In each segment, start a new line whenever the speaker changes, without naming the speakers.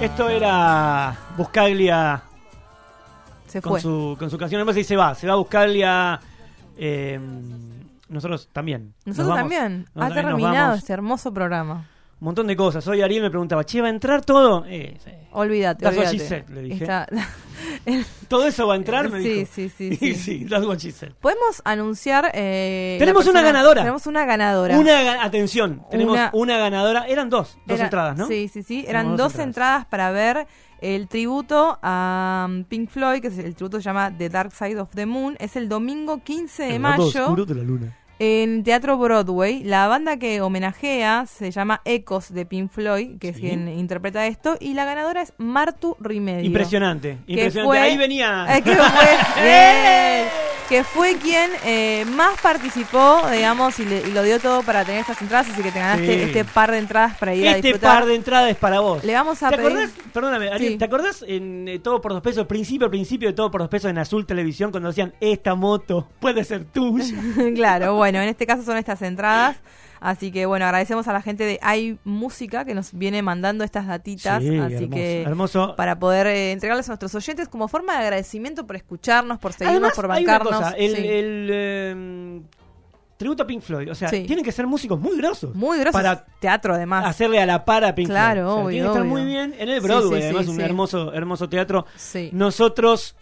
Esto era Buscaglia
Se
con
fue.
su, con su canción hermosa y se va. Se va Buscaglia. eh, nosotros también. Nos
Nosotros
vamos.
también.
Nosotros
Ha
también nos
terminado
vamos.
este hermoso programa.
Un montón de cosas. Hoy Ariel me preguntaba, ¿che, va a entrar todo? Eh, sí.
Olvídate.
That's what
olvídate.
she said, le dije.
Está-
¿Todo eso va a entrar? Me
Sí,
dijo.
sí, sí,
Y
sí.
that's what she said.
Podemos anunciar. eh, la
Tenemos una ganadora.
Tenemos una ganadora.
Una, ga- atención, tenemos una,
Una-
ganadora. Eran dos, dos
Era-
entradas, ¿no?
Sí, sí, sí.
Tenemos
Eran
dos
dos entradas. para ver el tributo a um, Pink Floyd, que es el tributo se llama The Dark Side of the Moon. Es el domingo 15 de mayo
de la luna.
en Teatro Broadway. La banda que homenajea se llama Ecos de Pink Floyd, que es
Sí.
quien interpreta esto. Y la ganadora es Martu Rimedio.
Impresionante,
que
impresionante.
fue-
Ahí venía.
Eh, que fue, bien, que fue quien eh, más participó, digamos, y, le- y lo dio todo para tener estas entradas, así que te ganaste
Sí.
este par de entradas para ir a
Este
disfrutar.
par de entradas es para vos.
Le vamos a
¿Te
pedir-
acordás? Perdóname, Ariel,
Sí.
¿te acordás en eh, Todo por dos pesos, principio, principio de Todo por dos pesos en Azul Televisión, cuando decían, esta moto puede ser tuya?
claro, bueno, en este caso son estas entradas. Así que bueno, agradecemos a la gente de Hay Música que nos viene mandando estas datitas.
Sí,
así
hermoso,
que
hermoso.
para poder eh, entregarles a nuestros oyentes como forma de agradecimiento por escucharnos, por seguirnos,
Además,
por
hay una
bancarnos.
cosa, el,
Sí.
el, eh, tributo a Pink Floyd, o sea,
Sí.
tienen que ser músicos muy grosos.
Muy grosso
Para
teatro además.
hacerle a la para a Pink
Claro,
Floyd. O sea,
obvio,
tiene que estar
obvio.
muy bien en el
Sí,
Broadway,
sí,
además
sí,
un
sí.
hermoso, hermoso teatro.
Sí.
Nosotros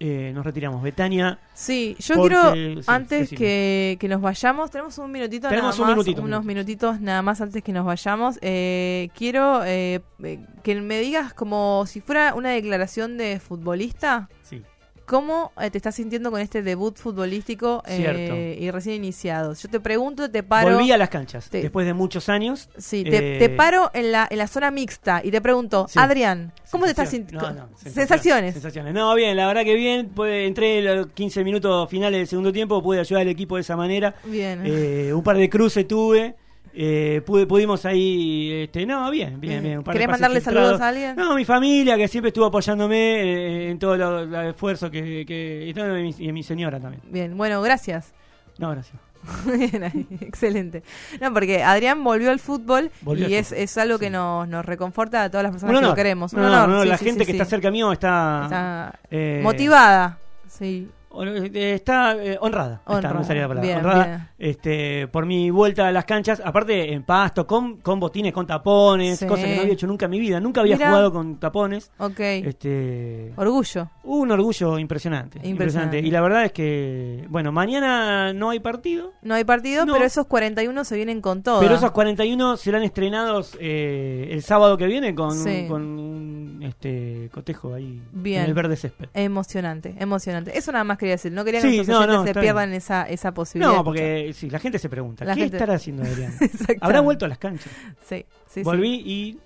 eh, nos retiramos. Betania,
Sí, yo
Porque-
quiero,
sí,
antes
decime.
que, que nos vayamos, tenemos un minutito
Tenemos
nada
un
más,
minutito, un
unos minutitos nada más antes que nos vayamos. Eh, quiero eh, eh, que me digas como si fuera una declaración de futbolista,
sí.
¿cómo eh, te estás sintiendo con este debut futbolístico
Cierto.
eh, y recién iniciado? Yo te pregunto, te paro...
volví a las canchas
Te-
después de muchos años.
Sí, te,
Eh,
te paro en la, en la zona mixta y te pregunto,
Sí.
Adrián, ¿cómo te estás
Sensación.
sintiendo?
No, no,
sensaciones.
Sensaciones. No, bien, la verdad que bien. Pues, Entré los 15 minutos finales del segundo tiempo, pude ayudar al equipo de esa manera.
Bien.
Eh, un par de cruces tuve. eh, pude- pudimos ahí. Este, no, bien, bien,
Bien.
bien. un par de
¿Querés
pases
mandarle
filtrados.
saludos a alguien?
No, mi familia que siempre estuvo apoyándome eh, en todo lo- los esfuerzos que. que- y, todo, y mi, y mi señora también.
Bien, bueno, gracias.
No, gracias.
Bien ahí, Excelente. No, porque Adrián volvió al fútbol
Volvió al
y es,
fútbol,
es algo que
sí.
nos, nos reconforta a todas las personas
Un
que
honor.
lo queremos. Un
No,
honor,
no,
sí,
la
sí,
gente
sí,
que
sí.
está cerca mío está.
Está
eh,
motivada. Sí,
Hon- eh, Está eh, honrada. Está,
Honrada.
me salía la palabra.
Bien,
honrada.
bien.
Este, por mi vuelta a las canchas, aparte en pasto, con, con botines, con tapones,
Sí.
cosa que no había hecho nunca en mi vida. Nunca había
Mirá.
jugado con tapones.
ok.
Este,
Orgullo.
un orgullo impresionante,
Impresionante.
impresionante. Y la verdad es que, bueno, mañana no hay partido,
No hay partido,
No.
pero esos 41 se vienen con todo.
pero esos 41 serán estrenados eh, el sábado que viene con, un-
Sí.
con un este, cotejo ahí
Bien.
en el verde césped.
Emocionante, emocionante. Eso nada más quería decir. No quería que
Sí,
nuestros
no,
oyentes
no,
se
está
pierdan esa, esa posibilidad.
No,
de escuchar.
porque sí, la gente se pregunta,
La
¿qué
gente-
estará haciendo Adrián?
Exactamente.
Habrá vuelto a las canchas.
Sí, sí, sí.
Volví y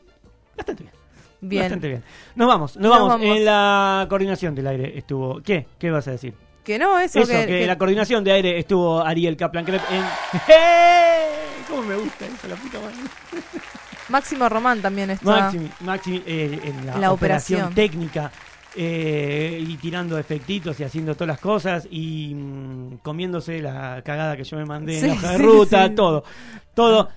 bastante bien.
Bien.
Bastante bien. Nos vamos, nos, vamos.
vamos.
En la coordinación del aire estuvo. ¿Qué? ¿Qué vas a decir?
Que no, eso,
Eso, que,
que-
la coordinación de aire estuvo Ariel Kaplan Crep en. ¡Eh! ¿Cómo me gusta eso, la puta madre?
Máximo Román también está.
Maximi, Maximi, eh, en la,
La
operación,
operación.
técnica. eh, y tirando efectitos y haciendo todas las cosas y mm, comiéndose la cagada que yo me mandé en
Sí,
la hoja de
sí,
ruta,
sí. Ah.
todo. Todo.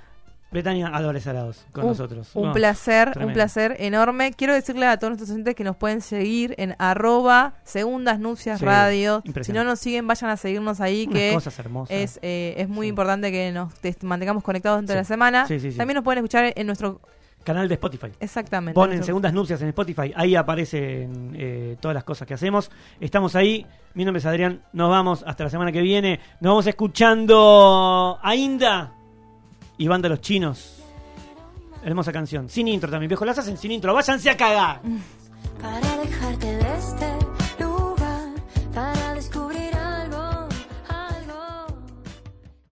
Betania Álvarez Arados con
un,
nosotros.
Un
Vamos.
placer,
tremendo.
un placer enorme. Quiero decirle a todos nuestros oyentes que nos pueden seguir en arroba segundas nupcias
Sí,
radio. Si no
impresionante.
nos siguen, vayan a seguirnos ahí
Unas
que
cosas hermosas.
es, eh, es muy
Sí.
importante que nos te- mantengamos conectados durante
Sí.
la semana.
Sí, sí, sí.
También nos pueden escuchar en nuestro...
Canal de Spotify.
Exactamente.
Ponen
nuestro-
segundas nupcias en Spotify, ahí aparecen eh, todas las cosas que hacemos. Estamos ahí, mi nombre es Adrián, nos vamos hasta la semana que viene. Nos vamos escuchando a Inda y Banda Los Chinos. Hermosa canción, sin intro también, viejo, las hacen sin intro, váyanse a cagar.
para dejarte de este